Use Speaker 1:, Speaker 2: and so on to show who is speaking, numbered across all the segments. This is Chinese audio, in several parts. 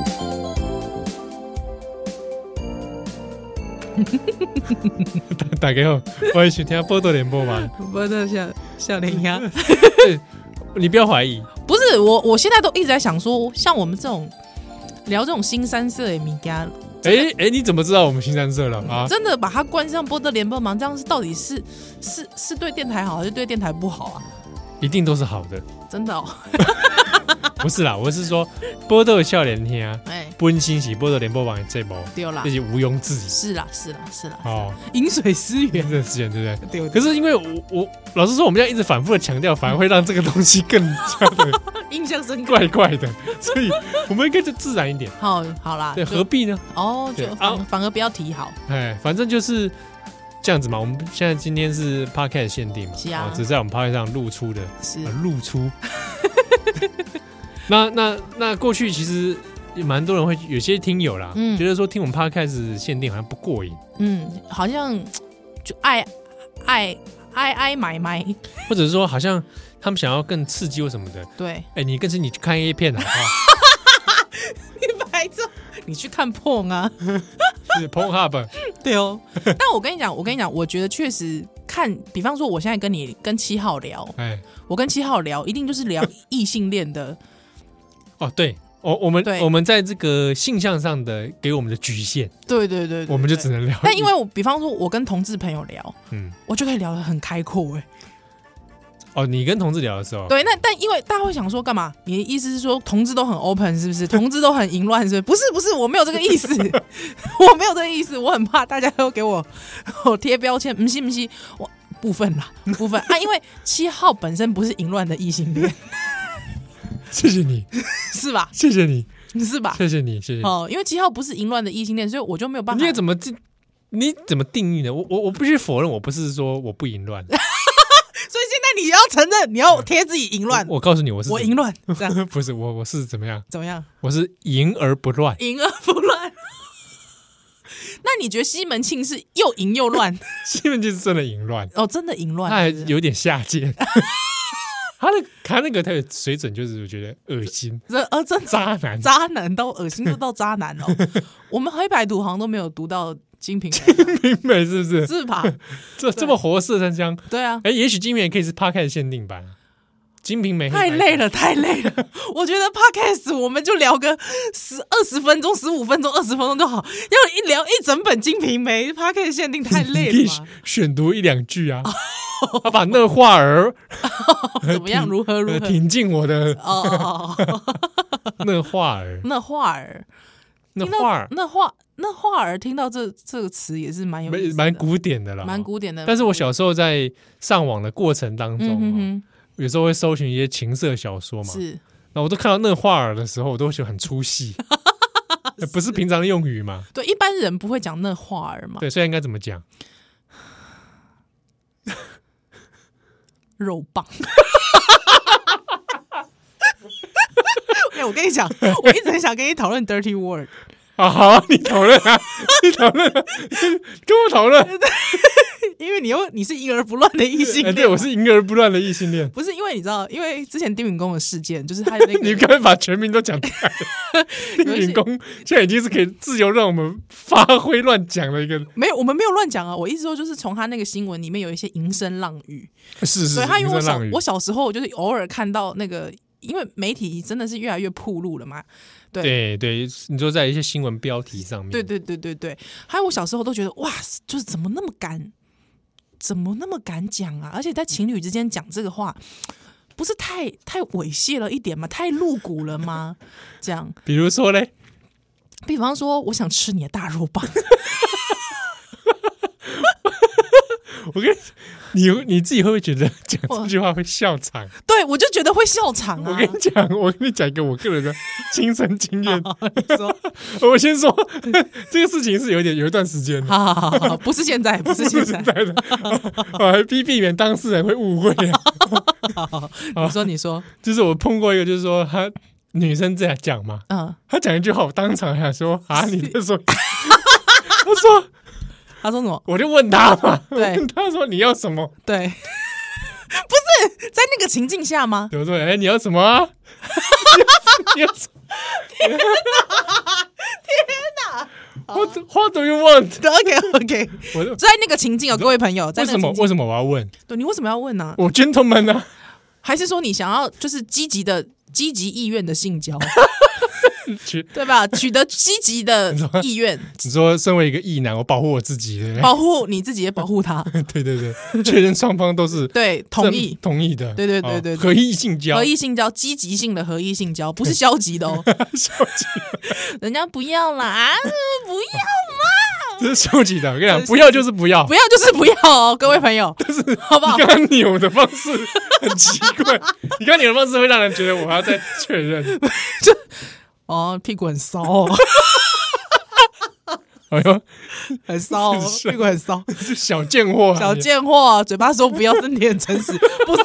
Speaker 1: 大家好，我是想听波多联播嘛。
Speaker 2: 不是笑笑脸
Speaker 1: 啊
Speaker 2: 呀，
Speaker 1: 你不要怀疑，
Speaker 2: 不是我，我现在都一直在想说，像我们这种聊这种新三色的米家，
Speaker 1: 哎哎、你怎么知道我们新三社了啊？
Speaker 2: 真的把它关上波特联播忙，这样是到底是是是对电台好还是对电台不好啊？
Speaker 1: 一定都是好的，
Speaker 2: 真的哦，
Speaker 1: 不是啦，我是说波多笑脸听啊，
Speaker 2: 哎，
Speaker 1: 温馨喜波多联播网的这波，
Speaker 2: 丢啦
Speaker 1: 这，些毋庸置疑
Speaker 2: 是啦，是啦，啊是啊啦，
Speaker 1: 哦，
Speaker 2: 饮水思源，
Speaker 1: 这之前对不对？
Speaker 2: 丢
Speaker 1: 可是因为我我老实说，我们要一直反复的强调，反而会让这个东西更加的
Speaker 2: 印象深刻。
Speaker 1: 怪怪 的，所以我们应该就自然一点。
Speaker 2: 好，好啦，
Speaker 1: 对，
Speaker 2: 就
Speaker 1: 何必呢？
Speaker 2: 哦，
Speaker 1: 对
Speaker 2: 就
Speaker 1: 啊
Speaker 2: 反反而不要提好，
Speaker 1: 哎，反正就是这样子嘛。我们现在今天是 podcast 限定嘛，
Speaker 2: 是啊
Speaker 1: 哦只在我们 podcast 上露出的，
Speaker 2: 是
Speaker 1: 呃露出。 那那那过去其实也蛮多人会有些听友啦，
Speaker 2: 嗯
Speaker 1: 觉得说听我们 podcast 限定好像不过瘾，
Speaker 2: 嗯，好像就爱爱爱爱买买，
Speaker 1: 或者说好像他们想要更刺激或什么的。
Speaker 2: 对，
Speaker 1: 哎，你更是你去看 A 片啊，
Speaker 2: 你白痴，你去看碰啊。
Speaker 1: 是 Pornhub
Speaker 2: 对哦，但我跟你讲，我跟你讲，我觉得确实看，比方说我现在跟你跟七号聊，
Speaker 1: 哎。
Speaker 2: 我跟七号聊，一定就是聊异性恋的，
Speaker 1: 哦，对，我我们
Speaker 2: 对
Speaker 1: 我们在这个性向上的给我们的局限，
Speaker 2: 对对对对
Speaker 1: 我们就
Speaker 2: 对
Speaker 1: 只能聊。
Speaker 2: 但因为我比方说，我跟同志朋友聊，
Speaker 1: 嗯，
Speaker 2: 我就可以聊得很开阔 哎、
Speaker 1: 哦，你跟同志聊的时候，
Speaker 2: 对，那但因为大家会想说干嘛？你的意思是说同志都很 open 是不是？同志都很淫乱是不是？不是不是，我没有这个意 思，我没有这个意思，我很怕大家都给我 我贴标签，不是不是，我部分啦部分啊，因为七号本身不是淫乱的异性恋，
Speaker 1: 谢谢你，
Speaker 2: 是吧？
Speaker 1: 谢谢你，
Speaker 2: 是吧？
Speaker 1: 谢谢你，谢谢你。
Speaker 2: 哦，因为七号不是淫乱的异性恋，所以我就没有办
Speaker 1: 你
Speaker 2: 法
Speaker 1: 也。怎么这？你怎么定义呢？我我我必须否认，我不是说我不淫乱，
Speaker 2: 所以现在你要承认，你要贴自己淫乱，
Speaker 1: 我我告诉你，我是
Speaker 2: 我淫乱，这样
Speaker 1: 乱，不是我我是怎么样？
Speaker 2: 怎么样？
Speaker 1: 我是淫而不乱，
Speaker 2: 淫而不乱。 那你觉得西门庆是又淫又乱？
Speaker 1: 西门庆是真的淫乱，
Speaker 2: 哦，真的淫
Speaker 1: 他
Speaker 2: 乱，
Speaker 1: 还
Speaker 2: 是不是
Speaker 1: 有点下 贱，他的他那个他的水准就是我觉得恶 心，
Speaker 2: 这呃，真渣
Speaker 1: 渣男，
Speaker 2: 渣男都恶心，都到渣男 哦。我们黑白读好像都没有读到金瓶梅，
Speaker 1: 明白是不是？
Speaker 2: 是吧？
Speaker 1: 这这么活色生香，
Speaker 2: 对啊，
Speaker 1: 哎，也许金瓶梅可以是 Podcast 限定版，《金瓶梅》
Speaker 2: 太累，了，太累了。 我觉得 podcast 我们就聊个十二十分钟、十五分钟、二十分钟就好，要一聊一整本《金瓶梅》podcast 限定太累
Speaker 1: 你可以
Speaker 2: 了哦
Speaker 1: 选
Speaker 2: 嘛？
Speaker 1: 选读一两句啊，他把那话儿
Speaker 2: 哦怎么样？如何如
Speaker 1: 呃
Speaker 2: 何？
Speaker 1: 挺进我的
Speaker 2: 哦哦哦，哦
Speaker 1: 那话儿，
Speaker 2: 那画儿，
Speaker 1: 那
Speaker 2: 听到嗯
Speaker 1: 话儿
Speaker 2: 那画那画儿，听到这这个词也是蛮有意
Speaker 1: 蛮
Speaker 2: 思的
Speaker 1: 蛮古典的啦，
Speaker 2: 蛮。古典的。
Speaker 1: 但是我小时候在上网的过程当
Speaker 2: 嗯哼
Speaker 1: 中啊，
Speaker 2: 哼，
Speaker 1: 有时候会搜寻一些情色小说嘛，
Speaker 2: 是
Speaker 1: 那我都看到那话儿的时候，我都觉得很出 戏，呃不是平常的用语嘛？
Speaker 2: 对一般人不会讲那画儿嘛，
Speaker 1: 对，所以应该怎么讲？
Speaker 2: 肉棒。 哎、我跟你 讲，我一直很想跟你讨论 dirty word，
Speaker 1: 啊，好啊，你讨论啊， 你讨论啊， 跟我讨论。
Speaker 2: 因为你又你是一而不乱的异性
Speaker 1: 哎，
Speaker 2: 恋、
Speaker 1: 对我是淫而不乱的异性恋。
Speaker 2: 不是因为你知道，因为之前丁允恭的事件，就是他的那
Speaker 1: 你
Speaker 2: 个
Speaker 1: 刚才把全名都讲出来了，丁 允恭现在已经是可以自由让我们发挥乱讲的一个，
Speaker 2: 没有，我们没有乱讲啊。我意思说，就是从他那个新闻里面有一些淫声浪语，
Speaker 1: 是是是
Speaker 2: 对他，因为我
Speaker 1: 名声
Speaker 2: 小
Speaker 1: 浪语
Speaker 2: 我小时候就是偶尔看到那个，因为媒体真的是越来越铺路了嘛。
Speaker 1: 对对，你说在一些新闻标题上面，
Speaker 2: 对对对对对，还有我小时候都觉得哇，就是怎么那么敢，怎么那么敢讲啊？而且在情侣之间讲这个话，不是太太猥亵了一点吗？太露骨了吗？这样，
Speaker 1: 比如说嘞，
Speaker 2: 比方说，我想吃你的大肉棒，
Speaker 1: 我跟你你你自己会不会觉得讲这句话会笑 场？
Speaker 2: 对我就觉得会笑场啊。
Speaker 1: 我跟你讲，我跟你讲一个我个人的亲身经 验。
Speaker 2: 你说，
Speaker 1: 我先说 这个事情是有点有一段时间的，
Speaker 2: 好好好好好，不是现在，不是 现在。
Speaker 1: 对的， 我还避避免当事人会误 会啊。
Speaker 2: 你说，你说，
Speaker 1: 就是我碰过一个，就是说他女生这样讲嘛，
Speaker 2: 嗯，
Speaker 1: 他讲一句话，我当场想说啊，你在说？ 他说，
Speaker 2: 他说什么？
Speaker 1: 我就问他嘛，
Speaker 2: 对
Speaker 1: 他说你要什么？
Speaker 2: 对，不是在那个情境下吗？
Speaker 1: 我说，哎、你要什么、啊？ 你要什么？天哪！天 What What do you want？
Speaker 2: OK OK，
Speaker 1: 我就
Speaker 2: 在那个情境哦，各位朋友，在
Speaker 1: 为
Speaker 2: 那个
Speaker 1: 什么
Speaker 2: 情境
Speaker 1: 为什么我要问？
Speaker 2: 对你为什么要问呢、
Speaker 1: 我 gentleman 啊，
Speaker 2: 还是说你想要就是积极的、积极意愿的性交，
Speaker 1: 去
Speaker 2: 对吧？取得积极的意愿，
Speaker 1: 你说身为一个异男，我保护我自己，对不
Speaker 2: 保护你自己，也保护他。
Speaker 1: 对对对对，确认双方都是
Speaker 2: 对，同意
Speaker 1: 正同意的，
Speaker 2: 对对对
Speaker 1: 哦
Speaker 2: 对对
Speaker 1: 合意性交，
Speaker 2: 合意性交，积极性的合意性交，不是消极的哦。
Speaker 1: 消极，
Speaker 2: 人家不要啦，啊不 要，
Speaker 1: 这是消极的。我跟你
Speaker 2: 这
Speaker 1: 讲，
Speaker 2: 是
Speaker 1: 不要就是不要，
Speaker 2: 不要就是不要哦，各位朋 友，好不好
Speaker 1: 你？刚刚扭的方式很奇怪，你刚刚扭的方式会让人觉得我还要再确认。
Speaker 2: 哦，屁股很骚 哦，
Speaker 1: 哎呦，
Speaker 2: 很骚哦，
Speaker 1: 是
Speaker 2: 屁股很骚。
Speaker 1: 是小贱货、啊，
Speaker 2: 小贱货，哦嘴巴说不要，身体很诚 实，不是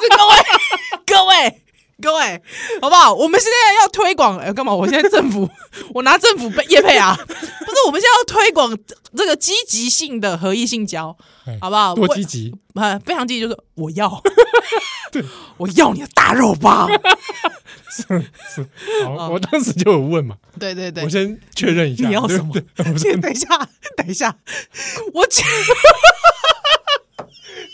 Speaker 2: 各位，各位。各位，好不好？我们现在要推广，哎、干嘛？我现在政府，我拿政府被叶配 啊，不是？我们现在要推广这个积极性的合意性交，
Speaker 1: 哎
Speaker 2: 好不好？
Speaker 1: 多积极，
Speaker 2: 我，呃，非常积极，就是我 要，我要你的大肉包，
Speaker 1: 是好，我当时就有问嘛，
Speaker 2: 对对哦对
Speaker 1: 我，先确认一下，
Speaker 2: 你要什么
Speaker 1: 对不对 我说
Speaker 2: 先等一下，等 一下，我觉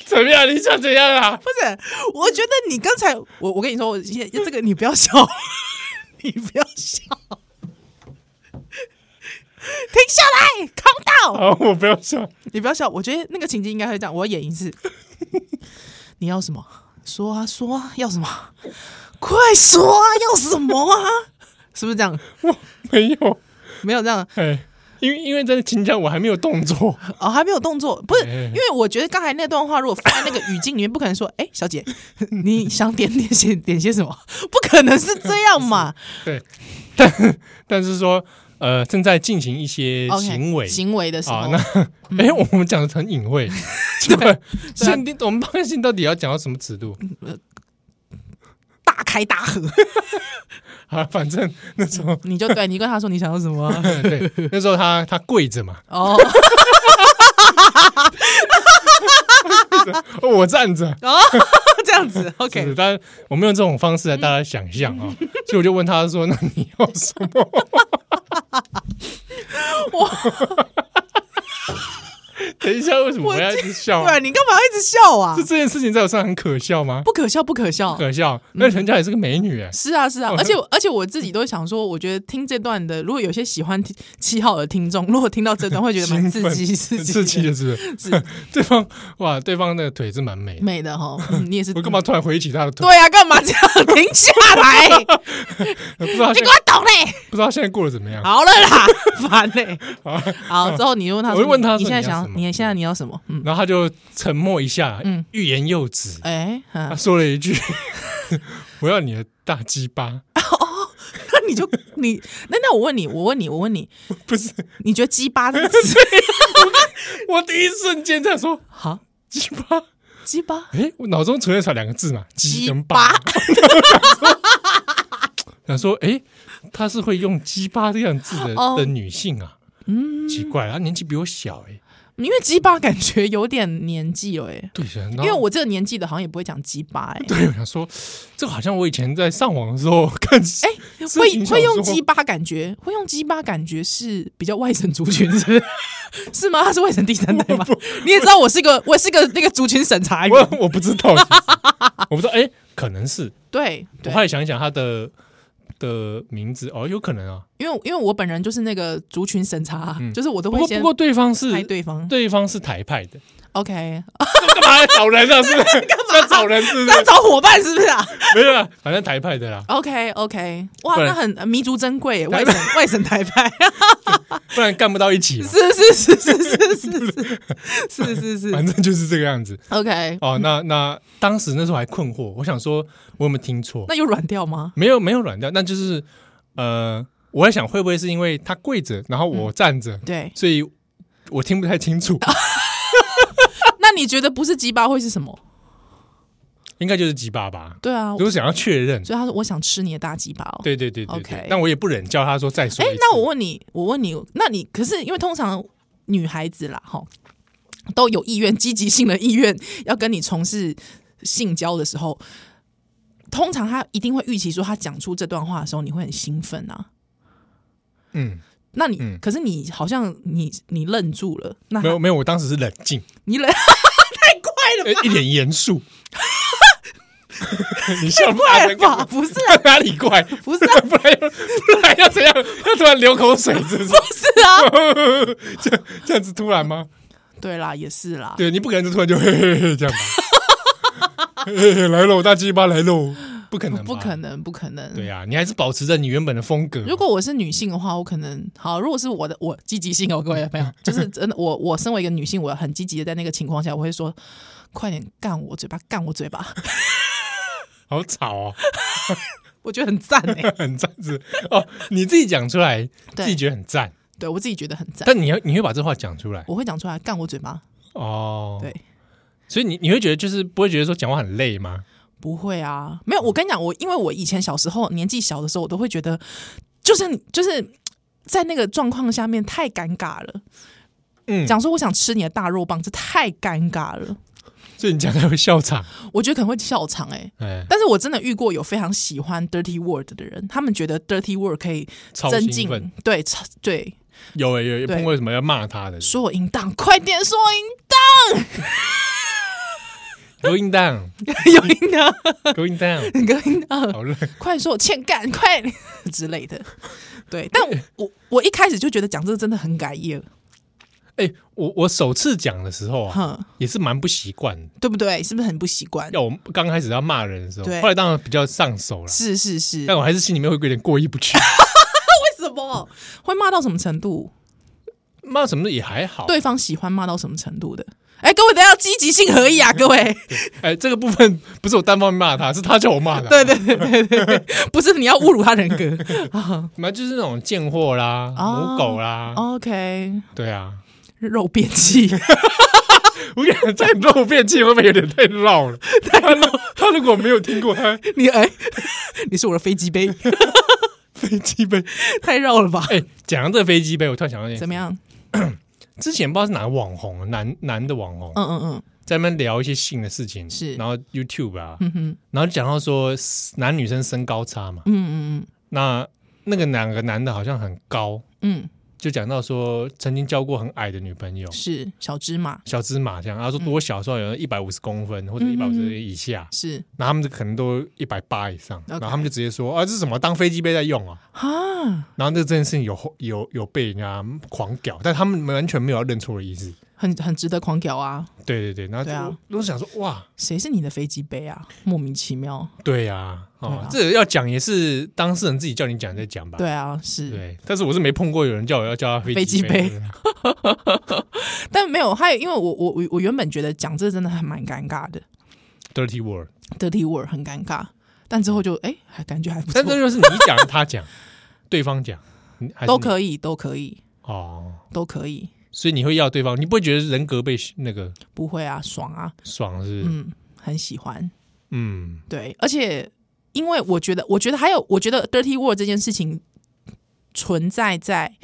Speaker 1: 怎么样？你想怎样啊？
Speaker 2: 不是，我觉得你刚才，我我跟你说，我现这个你不要笑， 你不要笑，停下来，calm down，
Speaker 1: 好，我不要笑，
Speaker 2: 你不要笑。我觉得那个情境应该会这样，我要演一次。你要什么？说啊说啊，要什么？快说啊，要什么啊？ 是不是这样？
Speaker 1: 我没有，
Speaker 2: 没有这样
Speaker 1: 哎，因为因为在情讲我还没有动 作，
Speaker 2: 哦，还没有动作，不是，
Speaker 1: 哎
Speaker 2: 因为我觉得刚才那段话如果放在那个语境里面，不可能说，哎、小姐， 你想点点些点些什么？ 不可能是这 样嘛？
Speaker 1: 对，但但是说呃正在进行一些
Speaker 2: OK，
Speaker 1: 行为
Speaker 2: 哦行为的嗯时候，
Speaker 1: 啊，那 哎、我们讲的很隐 晦，对 吧？限定我们判定到底要讲到什么尺度？
Speaker 2: 大开大 合，
Speaker 1: 啊，反正那时候，
Speaker 2: 你就对你跟他说你想要什么啊、
Speaker 1: 对，那时候他他跪着嘛，
Speaker 2: 哦，
Speaker 1: 哦我站着，
Speaker 2: 这样 子
Speaker 1: 是的
Speaker 2: ，OK，嗯
Speaker 1: 但我们用这种方式来大家想象啊、所以我就问他说：“那你要什 么
Speaker 2: 哇，？”
Speaker 1: 等一下，为什么我要一直笑
Speaker 2: 对
Speaker 1: 啊？
Speaker 2: 啊，你干嘛一直笑啊
Speaker 1: 是？这件事情在我身上很可笑吗？
Speaker 2: 不可笑，不可笑
Speaker 1: 不。可笑，那人家也是个美女哎、
Speaker 2: 是啊，是啊，
Speaker 1: 哦
Speaker 2: 而且而且我自己都想说，我觉得听这段的，如果有些喜欢听七号的听众，如果听到这段，会觉得蛮
Speaker 1: 兴
Speaker 2: 刺
Speaker 1: 奋
Speaker 2: 激，刺
Speaker 1: 很
Speaker 2: 激，
Speaker 1: 刺激的是不是？ 对方哇，对方的腿是蛮美的，
Speaker 2: 美的哈。嗯你也是，
Speaker 1: 我干嘛突然回起他的腿？
Speaker 2: 对啊，干嘛这样？停下 来，你
Speaker 1: 不知道他现
Speaker 2: 给
Speaker 1: 在
Speaker 2: 我懂嘞！
Speaker 1: 不知道他现在过得怎么样？
Speaker 2: 好了啦， 烦嘞。
Speaker 1: 好
Speaker 2: 好，之后你就问他说，
Speaker 1: 我就问他说
Speaker 2: 你现
Speaker 1: 你要
Speaker 2: 在想
Speaker 1: 什，么
Speaker 2: 你现在你要什么？嗯，
Speaker 1: 然后他就沉默一下，
Speaker 2: 嗯
Speaker 1: 欲言又止，
Speaker 2: 哎，啊
Speaker 1: 他说了一句：“ 我要你的大鸡巴。
Speaker 2: 那你就你那那我问你，我问你，我问你，”
Speaker 1: 不是，
Speaker 2: 你觉得“鸡巴”这 个词
Speaker 1: 我第一瞬间在说
Speaker 2: 好？
Speaker 1: 鸡巴。
Speaker 2: 鸡巴
Speaker 1: 哎、我脑中出现出来两个字嘛，鸡跟巴。 想说，哎、她是会用“鸡巴”这样字的、
Speaker 2: 哦
Speaker 1: 的女性啊，嗯，奇怪，她年纪比我小、哎，
Speaker 2: 因为“鸡巴”感觉有点年纪了哎，
Speaker 1: 对，然后
Speaker 2: 因为我这个年纪的，好像也不会讲“鸡巴”哎，
Speaker 1: 对我想说，这好像我以前在上网的时 候看，哎、
Speaker 2: 会会用“鸡巴”感觉，会用“鸡巴”感觉是比较外省族群是不 是是吗？他是外省第三代吗？你也知道我是个我是个那个族群审查员，
Speaker 1: 我我不知道，其实 我不知道，哎、可能是，
Speaker 2: 对
Speaker 1: 我
Speaker 2: 对
Speaker 1: 后，来想一想她的的名字，哦，有可能啊，
Speaker 2: 因为因为我本人就是那个族群审查，啊就是我都
Speaker 1: 嗯不
Speaker 2: 会
Speaker 1: 过
Speaker 2: 先
Speaker 1: 不过对方
Speaker 2: 拍
Speaker 1: 是
Speaker 2: 对方
Speaker 1: 对方是台派的，
Speaker 2: ，OK，
Speaker 1: 干嘛要找人啊？是不 是要找人是不
Speaker 2: 那
Speaker 1: 是？
Speaker 2: 找伙伴是不是啊？
Speaker 1: 没有啦，反正台派的啦，
Speaker 2: OK OK，哇，
Speaker 1: 不然
Speaker 2: 那很呃弥足珍贵耶，外
Speaker 1: 台
Speaker 2: 省 外省台派，
Speaker 1: 不然干不到一起啦。
Speaker 2: 是是是是是是是是是是
Speaker 1: 反正就是这个样子
Speaker 2: ，OK，
Speaker 1: 哦。那那当时那时候还困惑，我想说我有没有听错？
Speaker 2: 那有软掉吗？
Speaker 1: 没有没有软掉，那就是呃，我在想会不会是因为他跪着，然后我
Speaker 2: 嗯
Speaker 1: 站着，
Speaker 2: 对，
Speaker 1: 所以我听不太清 楚，
Speaker 2: 那你觉得不是鸡巴会是什么？
Speaker 1: 应该就是鸡巴吧。
Speaker 2: 对啊，
Speaker 1: 所以我想要确认，
Speaker 2: 所以他说我想吃你的大鸡巴哦。
Speaker 1: 对对对对对
Speaker 2: OK。
Speaker 1: 但我也不忍叫他说再说
Speaker 2: 哎
Speaker 1: 一次。，
Speaker 2: 那我问你，我问你，那你可是因为通常女孩子啦，哈，都有意愿、积极性的意愿要跟你从事性交的时候，通常她一定会预期说，她讲出这段话的时候，你会很兴奋啊。
Speaker 1: 嗯，
Speaker 2: 那你、
Speaker 1: 嗯
Speaker 2: 可是你好像你你愣住了，那
Speaker 1: 没有没有，我当时是冷静，
Speaker 2: 你愣太快了吧
Speaker 1: 呃一脸严肃。 你笑不
Speaker 2: 快了
Speaker 1: 成干
Speaker 2: 吧？
Speaker 1: 嘛
Speaker 2: 不是啊，
Speaker 1: 哪里怪？
Speaker 2: 不是啊
Speaker 1: 不然要不然要怎样？要突然流口水是 不是？
Speaker 2: 不是啊，
Speaker 1: 这样这样子突然吗？
Speaker 2: 对啦，也是啦，
Speaker 1: 对你不可能就突然就嘿嘿嘿这样吧？嘿嘿嘿来喽，大鸡巴来喽！不可能吧，
Speaker 2: 哦不可能，不可能。
Speaker 1: 对啊呀，你还是保持着你原本的风格。
Speaker 2: 如果我是女性的话，我可能好。如果是我的，我积极性哦，各位朋 友，就是真的，我我身为一个女性，我很积极的在那个情况下，我会说，快点干我嘴巴，干我嘴 巴，
Speaker 1: 好吵哦，
Speaker 2: 我觉得很赞哎、
Speaker 1: 很赞是哦，你自己讲出来，
Speaker 2: 对
Speaker 1: 自己觉得很赞，
Speaker 2: 对我自己觉得很赞，
Speaker 1: 但你要你会把这话讲出来
Speaker 2: 我会讲出来，干我嘴巴，
Speaker 1: 哦。
Speaker 2: 对，
Speaker 1: 所以你你会觉得就是不会觉得说讲话很累吗？
Speaker 2: 不会啊，没有。我跟你讲，我因为我以前小时候年纪小的时候，我都会觉得，就是就是在那个状况下面太尴尬了。
Speaker 1: 嗯，
Speaker 2: 讲说我想吃你的大肉棒，这太尴尬了，
Speaker 1: 所以你讲才会笑场。
Speaker 2: 我觉得可能会笑场哎、
Speaker 1: 哎，
Speaker 2: 但是我真的遇过有非常喜欢 dirty word 的人，他们觉得 dirty word 可以
Speaker 1: 超
Speaker 2: 增
Speaker 1: 兴
Speaker 2: 进
Speaker 1: 奋，
Speaker 2: 对超对，
Speaker 1: 有哎有有
Speaker 2: 对
Speaker 1: 碰过什么要骂他的，
Speaker 2: 说我淫荡，快点说我
Speaker 1: 勾应当，
Speaker 2: 淫 有淫荡，
Speaker 1: 勾应当，
Speaker 2: 有淫荡，
Speaker 1: 好累。
Speaker 2: 快说我欠干，快点之类的。对，但我我我一开始就觉得讲这个真的很改业，
Speaker 1: 哎，我我首次讲的时候啊，
Speaker 2: 哼，
Speaker 1: 也是蛮不习惯的。
Speaker 2: 对不对？是不是很不习惯？
Speaker 1: 要我刚开始要骂人的时候，
Speaker 2: 对
Speaker 1: 后来当然比较上手了，
Speaker 2: 是是是，
Speaker 1: 但我还是心里面会有点过意不去。
Speaker 2: 为什么会骂到什么程度？
Speaker 1: 骂什么的也还好，
Speaker 2: 对方喜欢骂到什么程度的？哎，各位，等一下积极性合一啊！各位，
Speaker 1: 哎，这个部分不是我单方面骂他，是他叫我骂的。啊
Speaker 2: 对，对对对对对，不是你要侮辱他人 格。啊
Speaker 1: 反正就是那种贱货啦、
Speaker 2: 哦
Speaker 1: 母狗啦，
Speaker 2: OK，
Speaker 1: 对啊。
Speaker 2: 肉变器，
Speaker 1: 我感觉讲肉变器会不会有点太绕 了？他如他如果没有听过，他
Speaker 2: 你哎， 你是我的飞机杯，
Speaker 1: 飞机杯。
Speaker 2: 太绕了吧？
Speaker 1: 哎，讲到这个飞机杯，我突然想到一
Speaker 2: 怎
Speaker 1: 件，
Speaker 2: 么样？
Speaker 1: 之前不知道是哪个网红，啊男男的网红，
Speaker 2: 嗯嗯嗯，
Speaker 1: 在那边聊一些性的事情，
Speaker 2: 是
Speaker 1: 然后 YouTube 啊，
Speaker 2: 嗯哼，
Speaker 1: 然后讲到说男女生身高差嘛，
Speaker 2: 嗯嗯
Speaker 1: 那那个两个男的好像很高，
Speaker 2: 嗯
Speaker 1: 就讲到说曾经交过很矮的女朋友
Speaker 2: 嗯，，是小芝麻，
Speaker 1: 小芝麻这样，他啊说
Speaker 2: 嗯
Speaker 1: 我小时候有一百五十公分或者一百五十以下，
Speaker 2: 是
Speaker 1: 那他们可能都一百八以上，
Speaker 2: OK
Speaker 1: 然后他们就直接说啊这是什么当飞机杯在用啊，
Speaker 2: 啊，
Speaker 1: 然后那这件事情有有有被人家狂屌，但他们完全没有要认错的意思。
Speaker 2: 很很值得狂屌啊！
Speaker 1: 对对对，然后就
Speaker 2: 对啊
Speaker 1: 我都想说哇，
Speaker 2: 谁是你的飞机杯啊？莫名其妙。
Speaker 1: 对呀、啊，
Speaker 2: 对
Speaker 1: 哦
Speaker 2: 啊，
Speaker 1: 这个要讲也是当事人自己叫你讲再讲吧。
Speaker 2: 对啊，是，
Speaker 1: 对，但是我是没碰过有人叫我要叫他飞机
Speaker 2: 飞机杯但没有，还有，因为我我我我原本觉得讲这真的还蛮尴尬的
Speaker 1: dirty word，
Speaker 2: ，dirty word 很尴尬，但之后就哎，还感觉还不错
Speaker 1: 但，这就是你讲他 讲，对方讲你还是
Speaker 2: 都
Speaker 1: 你
Speaker 2: 可以，都可以，
Speaker 1: 哦。
Speaker 2: 都可以，
Speaker 1: 所以你会要对方，你不会觉得人格被那个
Speaker 2: 不会啊，爽啊，
Speaker 1: 爽是不是？
Speaker 2: 嗯，很喜欢。
Speaker 1: 嗯
Speaker 2: 对，而且因为我觉得，我觉得还有，我觉得 dirty word 这件事情存在在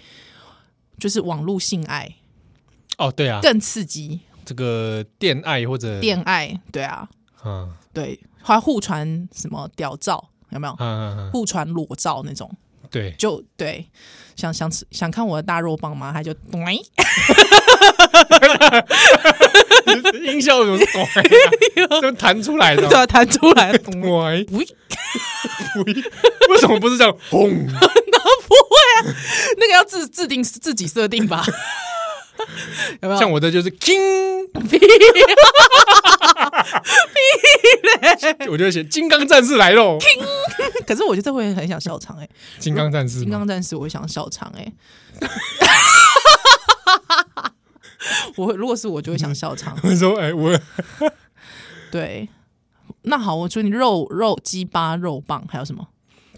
Speaker 2: 就是网络性爱
Speaker 1: 哦，对啊，
Speaker 2: 更刺激，
Speaker 1: 这个恋爱或者
Speaker 2: 恋爱对啊，
Speaker 1: 嗯
Speaker 2: 对，还互传什么屌照有没有
Speaker 1: 嗯？嗯，嗯
Speaker 2: 互传裸照那种，
Speaker 1: 对，
Speaker 2: 就对，想想吃想看我的大肉棒吗？他就咚，
Speaker 1: 音效怎么短 啊就弹出来的
Speaker 2: 对、
Speaker 1: 哦，
Speaker 2: 啊， 弹出来，咚
Speaker 1: 喂
Speaker 2: 喂
Speaker 1: 为什么不是这样 轰？
Speaker 2: 啊那个要自自定自己设定吧， 有没有？
Speaker 1: 像我的就是 king，
Speaker 2: 屁啊
Speaker 1: 我就会写金刚战士来喽，
Speaker 2: 可是我觉得这会很想笑场哎、
Speaker 1: 金刚战士
Speaker 2: 金
Speaker 1: 吗，
Speaker 2: 刚战士，我会想笑场 哎、我会如果是我就会想笑场。
Speaker 1: 我说哎我
Speaker 2: 对，那好，我说你肉肉鸡巴肉棒还有什么？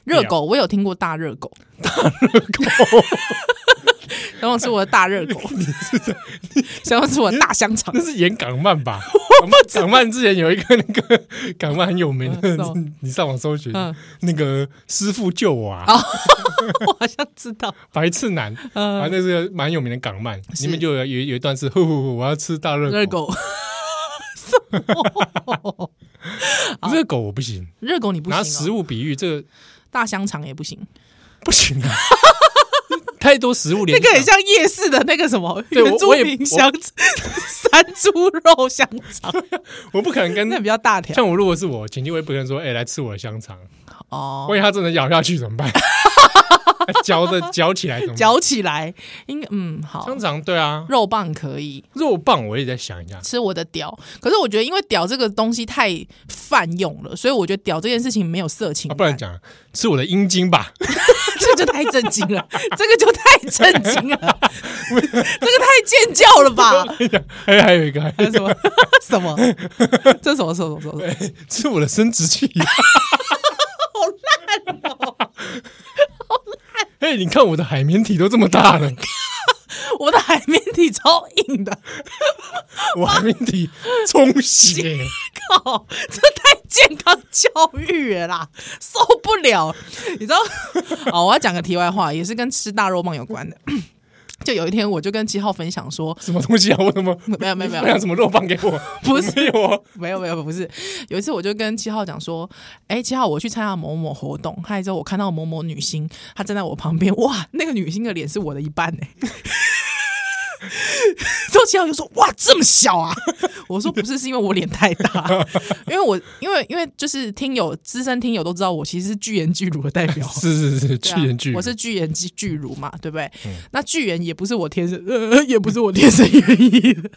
Speaker 2: 热狗，
Speaker 1: 啊
Speaker 2: 我有听过大热狗，大热狗， 想要吃我的大 热狗， 想要吃我的大香肠
Speaker 1: 那，是演港漫 吧？港漫之前有一个那个港漫很有名
Speaker 2: 嗯
Speaker 1: 的
Speaker 2: 是哦，
Speaker 1: 你上网搜寻
Speaker 2: 嗯
Speaker 1: 那个师傅救我啊，
Speaker 2: 我好像知道，
Speaker 1: 白痴男，
Speaker 2: 嗯
Speaker 1: 反正是个蛮有名的港漫，
Speaker 2: 是
Speaker 1: 里面就有有有一段是呼呼呼，我要吃大热
Speaker 2: 热
Speaker 1: 狗，
Speaker 2: 狗，
Speaker 1: 热狗我不行，
Speaker 2: 热啊狗你不
Speaker 1: 拿
Speaker 2: 行、啊
Speaker 1: 食
Speaker 2: 哦，
Speaker 1: 物比喻这个
Speaker 2: 大香肠也不行，
Speaker 1: 不行啊，太多食物联
Speaker 2: 那
Speaker 1: 想，
Speaker 2: 个很像夜市的那个什么
Speaker 1: 对我
Speaker 2: 原住
Speaker 1: 我也
Speaker 2: 民
Speaker 1: 我
Speaker 2: 香 山猪肉香肠，
Speaker 1: 我不可能
Speaker 2: 那
Speaker 1: 跟
Speaker 2: 比较大条
Speaker 1: 像我如果是我前妻，我也不可能说哎、来吃我的香肠，
Speaker 2: 哦，
Speaker 1: 万一他真的咬下去怎么 办？哎嚼的嚼起来怎么办？
Speaker 2: 嚼起来应该嗯好，
Speaker 1: 香肠对啊，
Speaker 2: 肉棒可以
Speaker 1: 肉棒我也在想一下，
Speaker 2: 吃我的屌，可是我觉得因为屌这个东西太泛用了，所以我觉得屌这件事情没有色情
Speaker 1: 啊、
Speaker 2: 感、
Speaker 1: 不然讲吃我的阴茎吧，
Speaker 2: 这就太震惊了， 这个就太震惊了， 这个太尖叫 了吧？
Speaker 1: 还哎有还有一个，还
Speaker 2: 啊还
Speaker 1: 有
Speaker 2: 有什么什么？这什么什么什么什么？
Speaker 1: 哎吃我的生殖器，
Speaker 2: 好烂哦！
Speaker 1: 哎、你看我的海绵体都这么大 了，
Speaker 2: 我的海绵体超硬的，
Speaker 1: 我海绵体充 血，
Speaker 2: 靠，哦这太健康教育了啦，受不了！你知道？ 哦，我要讲个题外话，也是跟吃大肉棒有关的。 就有一天，我就跟七号分享说，
Speaker 1: 什么东西啊？我怎么
Speaker 2: 没有没有没有
Speaker 1: 分享什么肉棒给我？
Speaker 2: 不是
Speaker 1: 没有哦，
Speaker 2: 没有没有，不是。有一次我就跟七号讲说，哎、七号，我去参加某某活动，嗨之后我看到某某女星，她站在我旁边，哇，那个女星的脸是我的一半哎、 之后七号就说：“哇，这么小啊！”我说：“不是，是因为我脸太大，因为我因为因为就是听友资深听友都知道，我其实是巨人巨乳的代表。”
Speaker 1: 是是是，
Speaker 2: 对
Speaker 1: 巨人巨
Speaker 2: 啊，
Speaker 1: 乳，嗯
Speaker 2: 我是巨人巨巨乳嘛，对不对？那巨人也不是我天生， 呃，也不是我天生愿意的。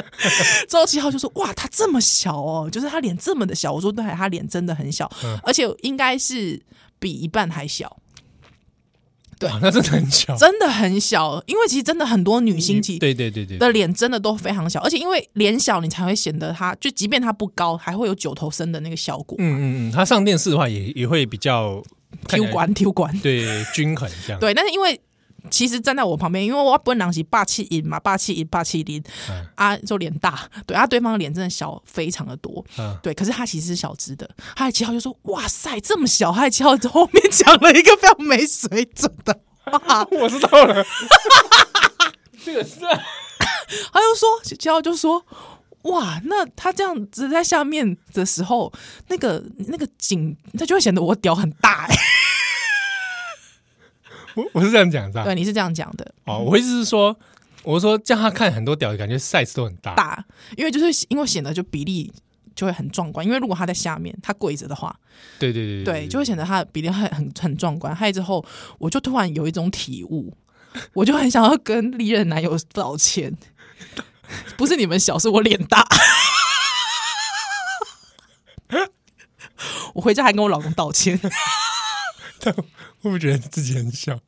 Speaker 2: 周奇浩就说：“哇，他这么小哦，就是他脸这么的小。”我说：“对，他脸真的很小，
Speaker 1: 嗯哦
Speaker 2: 而且应该是比一半还小，对
Speaker 1: 啊哇，那真的很巧，
Speaker 2: 真的很小。因为其实真的很多女星体
Speaker 1: 嗯对对对对，
Speaker 2: 的脸真的都非常小，而且因为脸小，你才会显得她就即便她不高，还会有九头身的那个效果，
Speaker 1: 嗯嗯嗯，他上电视的话也也会比较看
Speaker 2: 丢
Speaker 1: 起来
Speaker 2: 管丢管。”
Speaker 1: 对均衡这样，
Speaker 2: 对，但是因为其实站在我旁边，因为我本人是霸气音嘛，霸气音霸气音
Speaker 1: 嗯
Speaker 2: 啊，就脸大，对啊，对方的脸真的小非常的多，
Speaker 1: 嗯
Speaker 2: 对，可是他其实是小只的，他的七号就说：“哇塞，这么小！”他的七号后面讲了一个非常没水准的话，
Speaker 1: 我知道了，这个是啊
Speaker 2: 他就说，七号就说。哇，那他这样子在下面的时候，那个那个景，他就会显得我屌很 大、欸。
Speaker 1: 我我是这样讲的啊，
Speaker 2: 对，你是这样讲的，
Speaker 1: 哦，我意思是说，我说这样他看很多屌的感觉 size 都很大，
Speaker 2: 大，因为就是因为显得就比例就会很壮观。因为如果他在下面，他跪着的话，
Speaker 1: 对对对
Speaker 2: 对，就会显得它的比例很很很壮观。还有之后，我就突然有一种体悟， 我就很想要跟历任男友道歉， 不是你们小，是我脸大。 我回家还跟我老公道歉，
Speaker 1: 会不会觉得自己很小？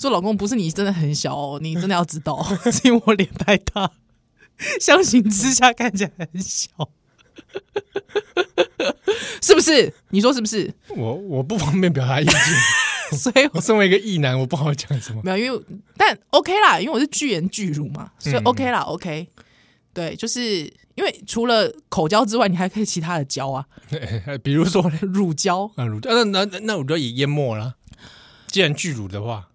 Speaker 2: 说老公不是你真的很小哦，你真的要知道，是因为我脸太大，相形之下看起来很小， 是不是？你说是不是？
Speaker 1: 我我不方便表达意 见，
Speaker 2: 所以
Speaker 1: 我身为一个异男，我不好讲什么。
Speaker 2: 没有，因为但 OK 啦，因为我是巨人巨乳嘛，所以 OK 啦、o k 对，就是因为除了口交之外，你还可以其他的交啊，
Speaker 1: 比如说呢，
Speaker 2: 乳交
Speaker 1: 啊，乳啊那那那那乳胶也淹没了。既然巨乳的话，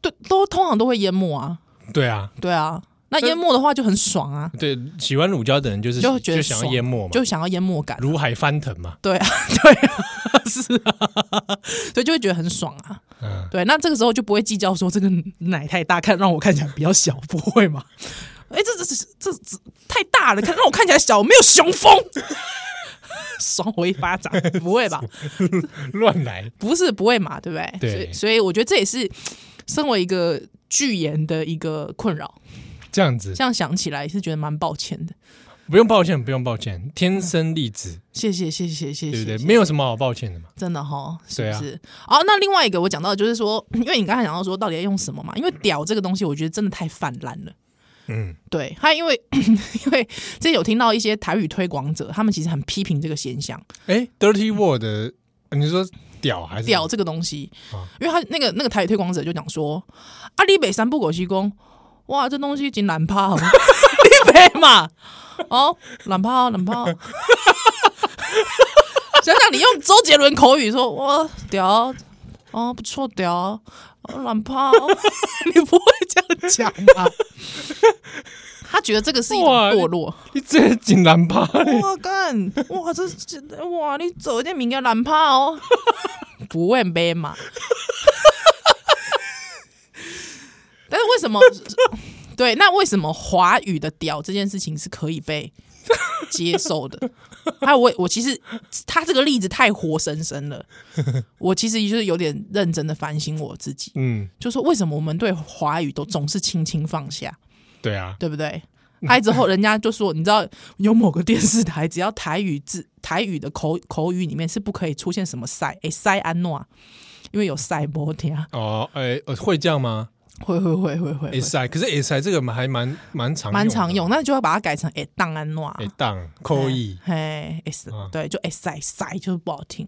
Speaker 2: 对，都通常都会淹没啊，
Speaker 1: 对啊，
Speaker 2: 对啊，那
Speaker 1: 但
Speaker 2: 淹没的话就很爽啊，
Speaker 1: 对，喜欢乳胶的人就是
Speaker 2: 就会觉得
Speaker 1: 想要
Speaker 2: 爽
Speaker 1: 淹没嘛，
Speaker 2: 就想要淹没感，
Speaker 1: 如海翻腾嘛，
Speaker 2: 对啊， 对啊，是啊， 所以就会觉得很爽啊，
Speaker 1: 嗯，
Speaker 2: 对，那这个时候就不会计较说这个奶太大，看让我看起来比较小，不会嘛？哎、这这这这这太大了，看让我看起来小，没有雄风， 爽我一巴掌，不会吧？
Speaker 1: 乱来，
Speaker 2: 不是不会嘛，对不对？
Speaker 1: 对
Speaker 2: 所以所以我觉得这也是身为一个巨言的一个困扰。
Speaker 1: 这样子
Speaker 2: 这样想起来是觉得蛮抱歉的。
Speaker 1: 不用抱歉，不用抱歉，天生丽质，
Speaker 2: 谢谢谢谢谢谢，
Speaker 1: 对不对？
Speaker 2: 谢谢
Speaker 1: 没有什么好抱歉的嘛，
Speaker 2: 真的哈，是
Speaker 1: 对
Speaker 2: 不
Speaker 1: 啊
Speaker 2: 是？哦、那另外一个我讲到的就是说， 因为你刚才讲到说到底要用什么嘛，因为屌这个东西，我觉得真的太泛滥了。
Speaker 1: 嗯，
Speaker 2: 对，还因为 因为这有听到一些台语推广者，他们其实很批评这个现象，
Speaker 1: 哎，dirty word，的你说屌还是
Speaker 2: 屌这个东西
Speaker 1: 啊，
Speaker 2: 因为他那个那个台语推广者就讲说，阿里北三不狗西公，哇，这东西真难怕 哦，你北嘛，哦，难怕哦，难怕哦。 想想你用周杰伦口语说，哇，屌，哦，不错，屌，哦，难怕 哦，你不会这样讲吧？他觉得这个是一种
Speaker 1: 哇
Speaker 2: 堕落。
Speaker 1: 你这竟然怕嘞！
Speaker 2: 哇干！哇这这哇你走一件名叫蓝怕哦，不会背嘛？但是为什么？对，那为什么华语的屌这件事情是可以被接受的？还有我，我其实他这个例子太活生生了，我其实就是有点认真的反省我自己，
Speaker 1: 嗯，
Speaker 2: 就说为什么我们对华语都总是轻轻放下，
Speaker 1: 对啊，
Speaker 2: 对不对？还之后，人家就说，你知道有某个电视台，只要台语字、台语的口口语里面是不可以出现什么塞，哎塞安诺啊，因为有塞波天啊，
Speaker 1: 哦，哎、呃会这样吗
Speaker 2: 会会会会会会，
Speaker 1: ？S I，可是 S I 这个还蛮蛮常
Speaker 2: 蛮常
Speaker 1: 的
Speaker 2: 用，那就会把它改成哎档安诺啊，
Speaker 1: 哎，当扣一，
Speaker 2: 嘿，S
Speaker 1: 啊
Speaker 2: 对，就 S 塞塞就是不好听。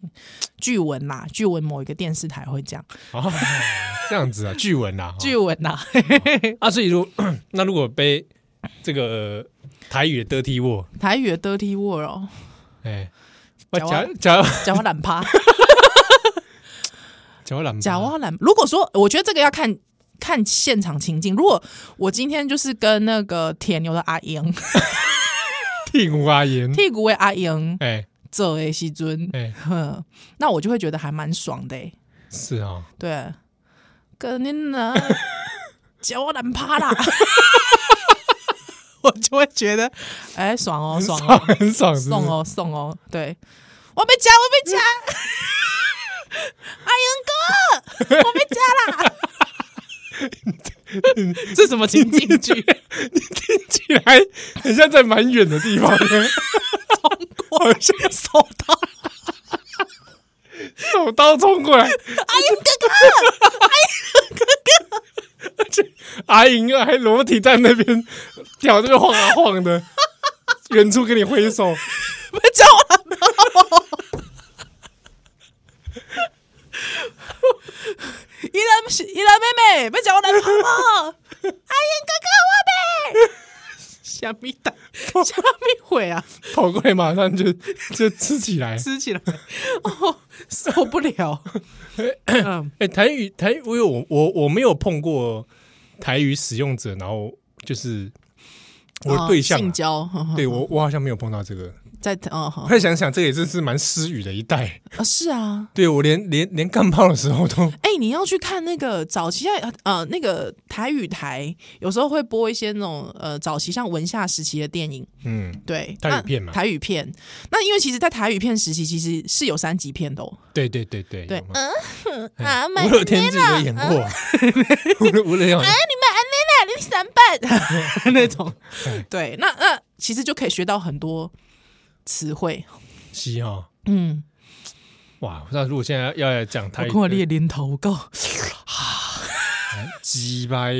Speaker 2: 据闻啦，据闻某一个电视台会这样，
Speaker 1: 哦，这样子啊，句文 啊，
Speaker 2: 据闻啦，
Speaker 1: 啊，所以如 那如果背这个呃台语的 dirty word，
Speaker 2: 台语的 dirty word 哦，
Speaker 1: 哎，我
Speaker 2: 假蛙
Speaker 1: 假假
Speaker 2: 讲话懒趴，
Speaker 1: 假我懒
Speaker 2: 讲话懒。如果说，我觉得这个要看看现场情境。如果我今天就是跟那个铁牛的阿英、
Speaker 1: 屁股发炎，
Speaker 2: 屁股的阿英
Speaker 1: 哎
Speaker 2: 这的时尊，
Speaker 1: 哎，
Speaker 2: 哼，那我就会觉得还蛮爽的、欸。
Speaker 1: 是啊，
Speaker 2: 对，跟你 呢，讲话懒趴啦。 我就会觉得，哎、爽哦，爽哦，
Speaker 1: 很爽，是不
Speaker 2: 送
Speaker 1: 是
Speaker 2: 哦送哦，对，我被夹，我被 夹， 阿英哥，我被 夹啦！这什么情景剧？
Speaker 1: 听起来很像在蛮远的地方，
Speaker 2: 中国手刀，
Speaker 1: 手刀冲过来，
Speaker 2: 阿英哥
Speaker 1: 阿莹还裸体在那边屌这边晃啊晃的，远处跟你挥手，
Speaker 2: 哥，被夹我了，依兰依兰妹妹，被夹我男 朋友，阿英哥哥我呗， 虾米蛋，虾米鬼啊！
Speaker 1: 跑过来马上就就吃起来。
Speaker 2: 吃起来， 哦，受不了。嗯，
Speaker 1: 哎、台语台语，我有我我我没有碰过台语使用者，然后就是我的对象、啊
Speaker 2: 哦性交，呵呵
Speaker 1: 对我我好像没有碰到这个。
Speaker 2: 在哦好
Speaker 1: 后来想想，这也真是蛮失语的一代。
Speaker 2: 啊是啊，
Speaker 1: 对我连连连干炮的时候都
Speaker 2: 哎，你要去看那个早期在呃那个台语台，有时候会播一些那种呃早期像文夏时期的电影，
Speaker 1: 嗯，
Speaker 2: 对，
Speaker 1: 台语
Speaker 2: 那
Speaker 1: 片嘛
Speaker 2: 台语片。那因为其实，在台语片时期，其实是有三级片的哦。
Speaker 1: 对对对对
Speaker 2: 对呃
Speaker 1: 有吗
Speaker 3: 嗯
Speaker 1: 哎
Speaker 3: 啊，买
Speaker 1: 吴乐天自己有演 过，吴乐吴乐天好
Speaker 2: 呃
Speaker 1: 像
Speaker 3: 你买安妮娜零三半，
Speaker 2: 那种
Speaker 1: 哎。
Speaker 2: 对，那那其实就可以学到很多词汇。
Speaker 1: 西哈。
Speaker 2: 嗯，
Speaker 1: 哦哇，那如果现在要来讲台
Speaker 2: 我
Speaker 1: 语，
Speaker 2: 看我列领头告，
Speaker 1: 鸡掰，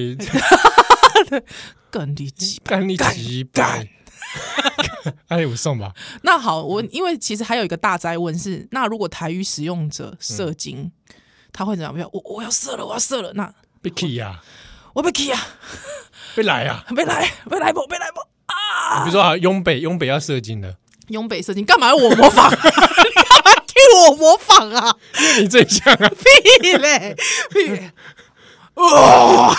Speaker 2: 更低级。
Speaker 1: 干你鸡掰， 哎，我送吧，
Speaker 2: 那好，我因为其实还有一个大灾问是，那如果台语使用者射精，他会怎样？比如我我要射了，我要射了，那
Speaker 1: 被 k 呀，
Speaker 2: 我被 k 啊，
Speaker 1: 被来啊！
Speaker 2: 被来被来不被来不，
Speaker 1: 比如说啊，雍北雍北要射精了，
Speaker 2: 永北射精干嘛要我模仿、 啊？你干嘛替我模仿啊？
Speaker 1: 你最像啊！
Speaker 2: 屁嘞屁嘞！哦，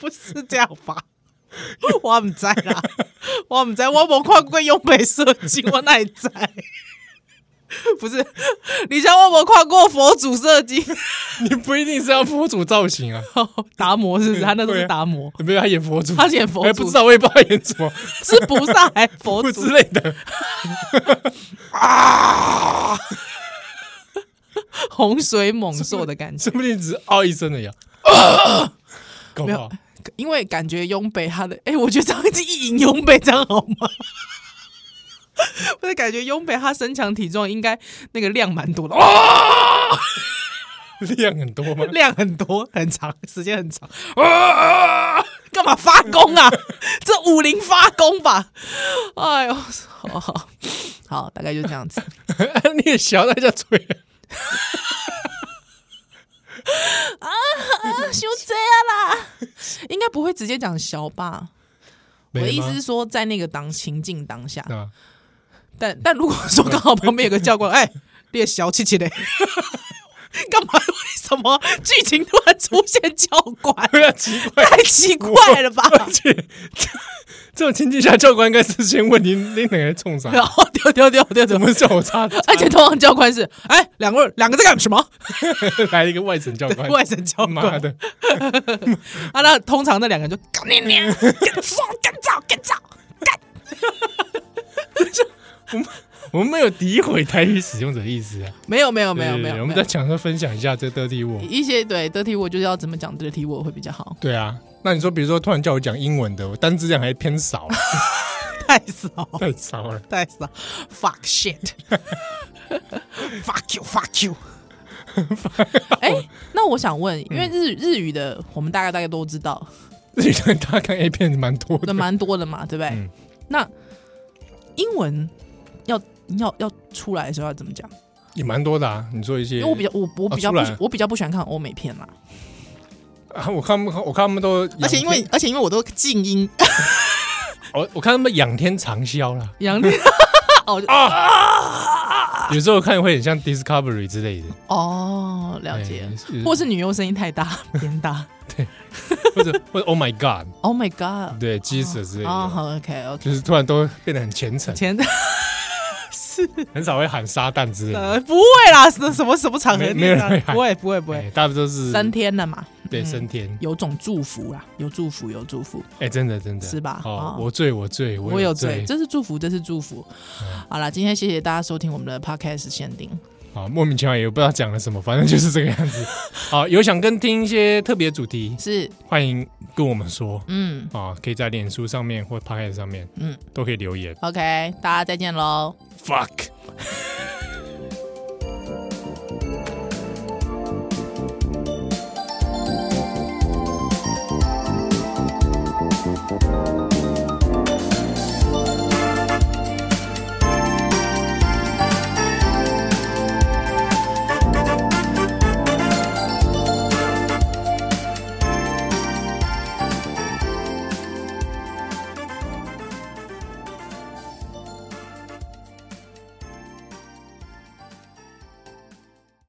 Speaker 2: 不是这样吧？我唔知啦，我唔知，我冇看过永北射精，我哪会知？ 不是，你像我冇看过佛祖射精，
Speaker 1: 你不一定是要佛祖造型啊，
Speaker 2: 达摩是不是？他那时候
Speaker 1: 对
Speaker 2: 是
Speaker 1: 啊
Speaker 2: 达摩，
Speaker 1: 没有他演佛祖，
Speaker 2: 他演佛
Speaker 1: 还
Speaker 2: 祖
Speaker 1: 不知道我也不知道他演什么
Speaker 2: 是菩萨还是佛
Speaker 1: 不
Speaker 2: 祖
Speaker 1: 之？类的。
Speaker 2: 洪水猛兽的感觉，
Speaker 1: 说不定只是嗷一声而已 啊，搞不好
Speaker 2: 没因为感觉雍北他的， 哎、我觉得这样一直意淫雍北这样好吗？ 我就感觉雍北他身强体壮，应该那个量蛮多的，哦，
Speaker 1: 量很多吗？
Speaker 2: 量很多，很长，时间很长，啊，干嘛发功 啊？这武林发功吧？哎呦，好好好，大概就这样子。
Speaker 1: 你也小在家吹啊，
Speaker 2: 啊，修这样啦，应该不会直接讲小吧？我的
Speaker 1: 没
Speaker 2: 意
Speaker 1: 了吗
Speaker 2: 思是说，在那个当情境当下，
Speaker 1: 啊，
Speaker 2: 但但如果说刚好旁边有个教官，哎，列小气气的， 干嘛？为什么剧情突然出现教官？
Speaker 1: 对啊，奇怪，
Speaker 2: 太奇怪了吧！
Speaker 1: 而且这种情境下，教官应该是先问你你哪来冲啥？
Speaker 2: 然后丢丢丢丢
Speaker 1: 怎
Speaker 2: 丢，
Speaker 1: 么叫我插？
Speaker 2: 啊 而且通常教官是，哎，两个人两个在干什么？
Speaker 1: 来一个外省教官，
Speaker 2: 外省教官
Speaker 1: 哎妈的，
Speaker 2: 啊，那通常那两个人就干你 娘，
Speaker 3: 干燥干燥干燥，
Speaker 1: 我们没有诋毁台语使用者的意思啊，
Speaker 2: 没有没 有没有
Speaker 1: 对
Speaker 2: 没有，
Speaker 1: 我们
Speaker 2: 没有
Speaker 1: 在想说分享一下这个 dirty word。
Speaker 2: 一些对得体我就是要怎么讲得体我会比较好，
Speaker 1: 对啊，那你说，比如说突然叫我讲英文的，我单字量还偏少，
Speaker 2: 太少
Speaker 1: 太少了。
Speaker 2: 太少，fuck shit，fuck you fuck you。哎、
Speaker 1: 嗯
Speaker 2: 那我想问，因为日日语的我们大概大概都知道，
Speaker 1: 日语人他看 A 片蛮多
Speaker 2: 那
Speaker 1: 的，
Speaker 2: 蛮多的嘛，对不对？
Speaker 1: 嗯
Speaker 2: 那英文要要要出来的时候要怎么讲？
Speaker 1: 也蛮多的啊。你说一些，
Speaker 2: 因为我比较我我比较
Speaker 1: 哦出
Speaker 2: 不、
Speaker 1: 来
Speaker 2: 喜我比较不喜欢看欧美片啦，
Speaker 1: 啊， 我看他们，我看他们都仰天，
Speaker 2: 而且因为而且因为我都静音，
Speaker 1: 我我看他们仰天长啸啦，
Speaker 2: 杨丽哦就 啊
Speaker 1: 有时候看会很像 Discovery 之类的，
Speaker 2: 哦了解，
Speaker 1: 哎
Speaker 2: 或是女优声音太大 偏大
Speaker 1: 或者或者 Oh my God，
Speaker 2: ，Oh my God，
Speaker 1: 嗯对 Jesus 之类
Speaker 2: 哦
Speaker 1: 的，
Speaker 2: 好 OK OK，
Speaker 1: 就是突然都变得很虔 诚，
Speaker 2: 前是
Speaker 1: 很少会喊撒旦之类的，
Speaker 2: 呃不会啦，什什么什么场合
Speaker 1: 没
Speaker 2: 地
Speaker 1: 没人
Speaker 2: 方
Speaker 1: 会喊
Speaker 2: 不会不会不会
Speaker 1: 哎，大部分都是
Speaker 2: 三天了嘛，
Speaker 1: 对
Speaker 2: 嗯
Speaker 1: 升天，
Speaker 2: 有种祝福啦，有祝福有祝福，
Speaker 1: 哎，真的真的
Speaker 2: 是吧
Speaker 1: 哦
Speaker 2: 哦，
Speaker 1: 我醉我醉
Speaker 2: 我有
Speaker 1: 有
Speaker 2: 罪，这是祝福，这是祝福。好啦，今天谢谢大家收听我们的 Podcast 限定，
Speaker 1: 啊，莫名其妙也不知道讲了什么，反正就是这个样子。好，有想跟听一些特别主题，
Speaker 2: 是
Speaker 1: 欢迎跟我们说
Speaker 2: 嗯
Speaker 1: 啊，可以在脸书上面或 p o c a s t 上面
Speaker 2: 嗯
Speaker 1: 都可以留言。
Speaker 2: ，OK，大家再见喽。
Speaker 1: Fuck。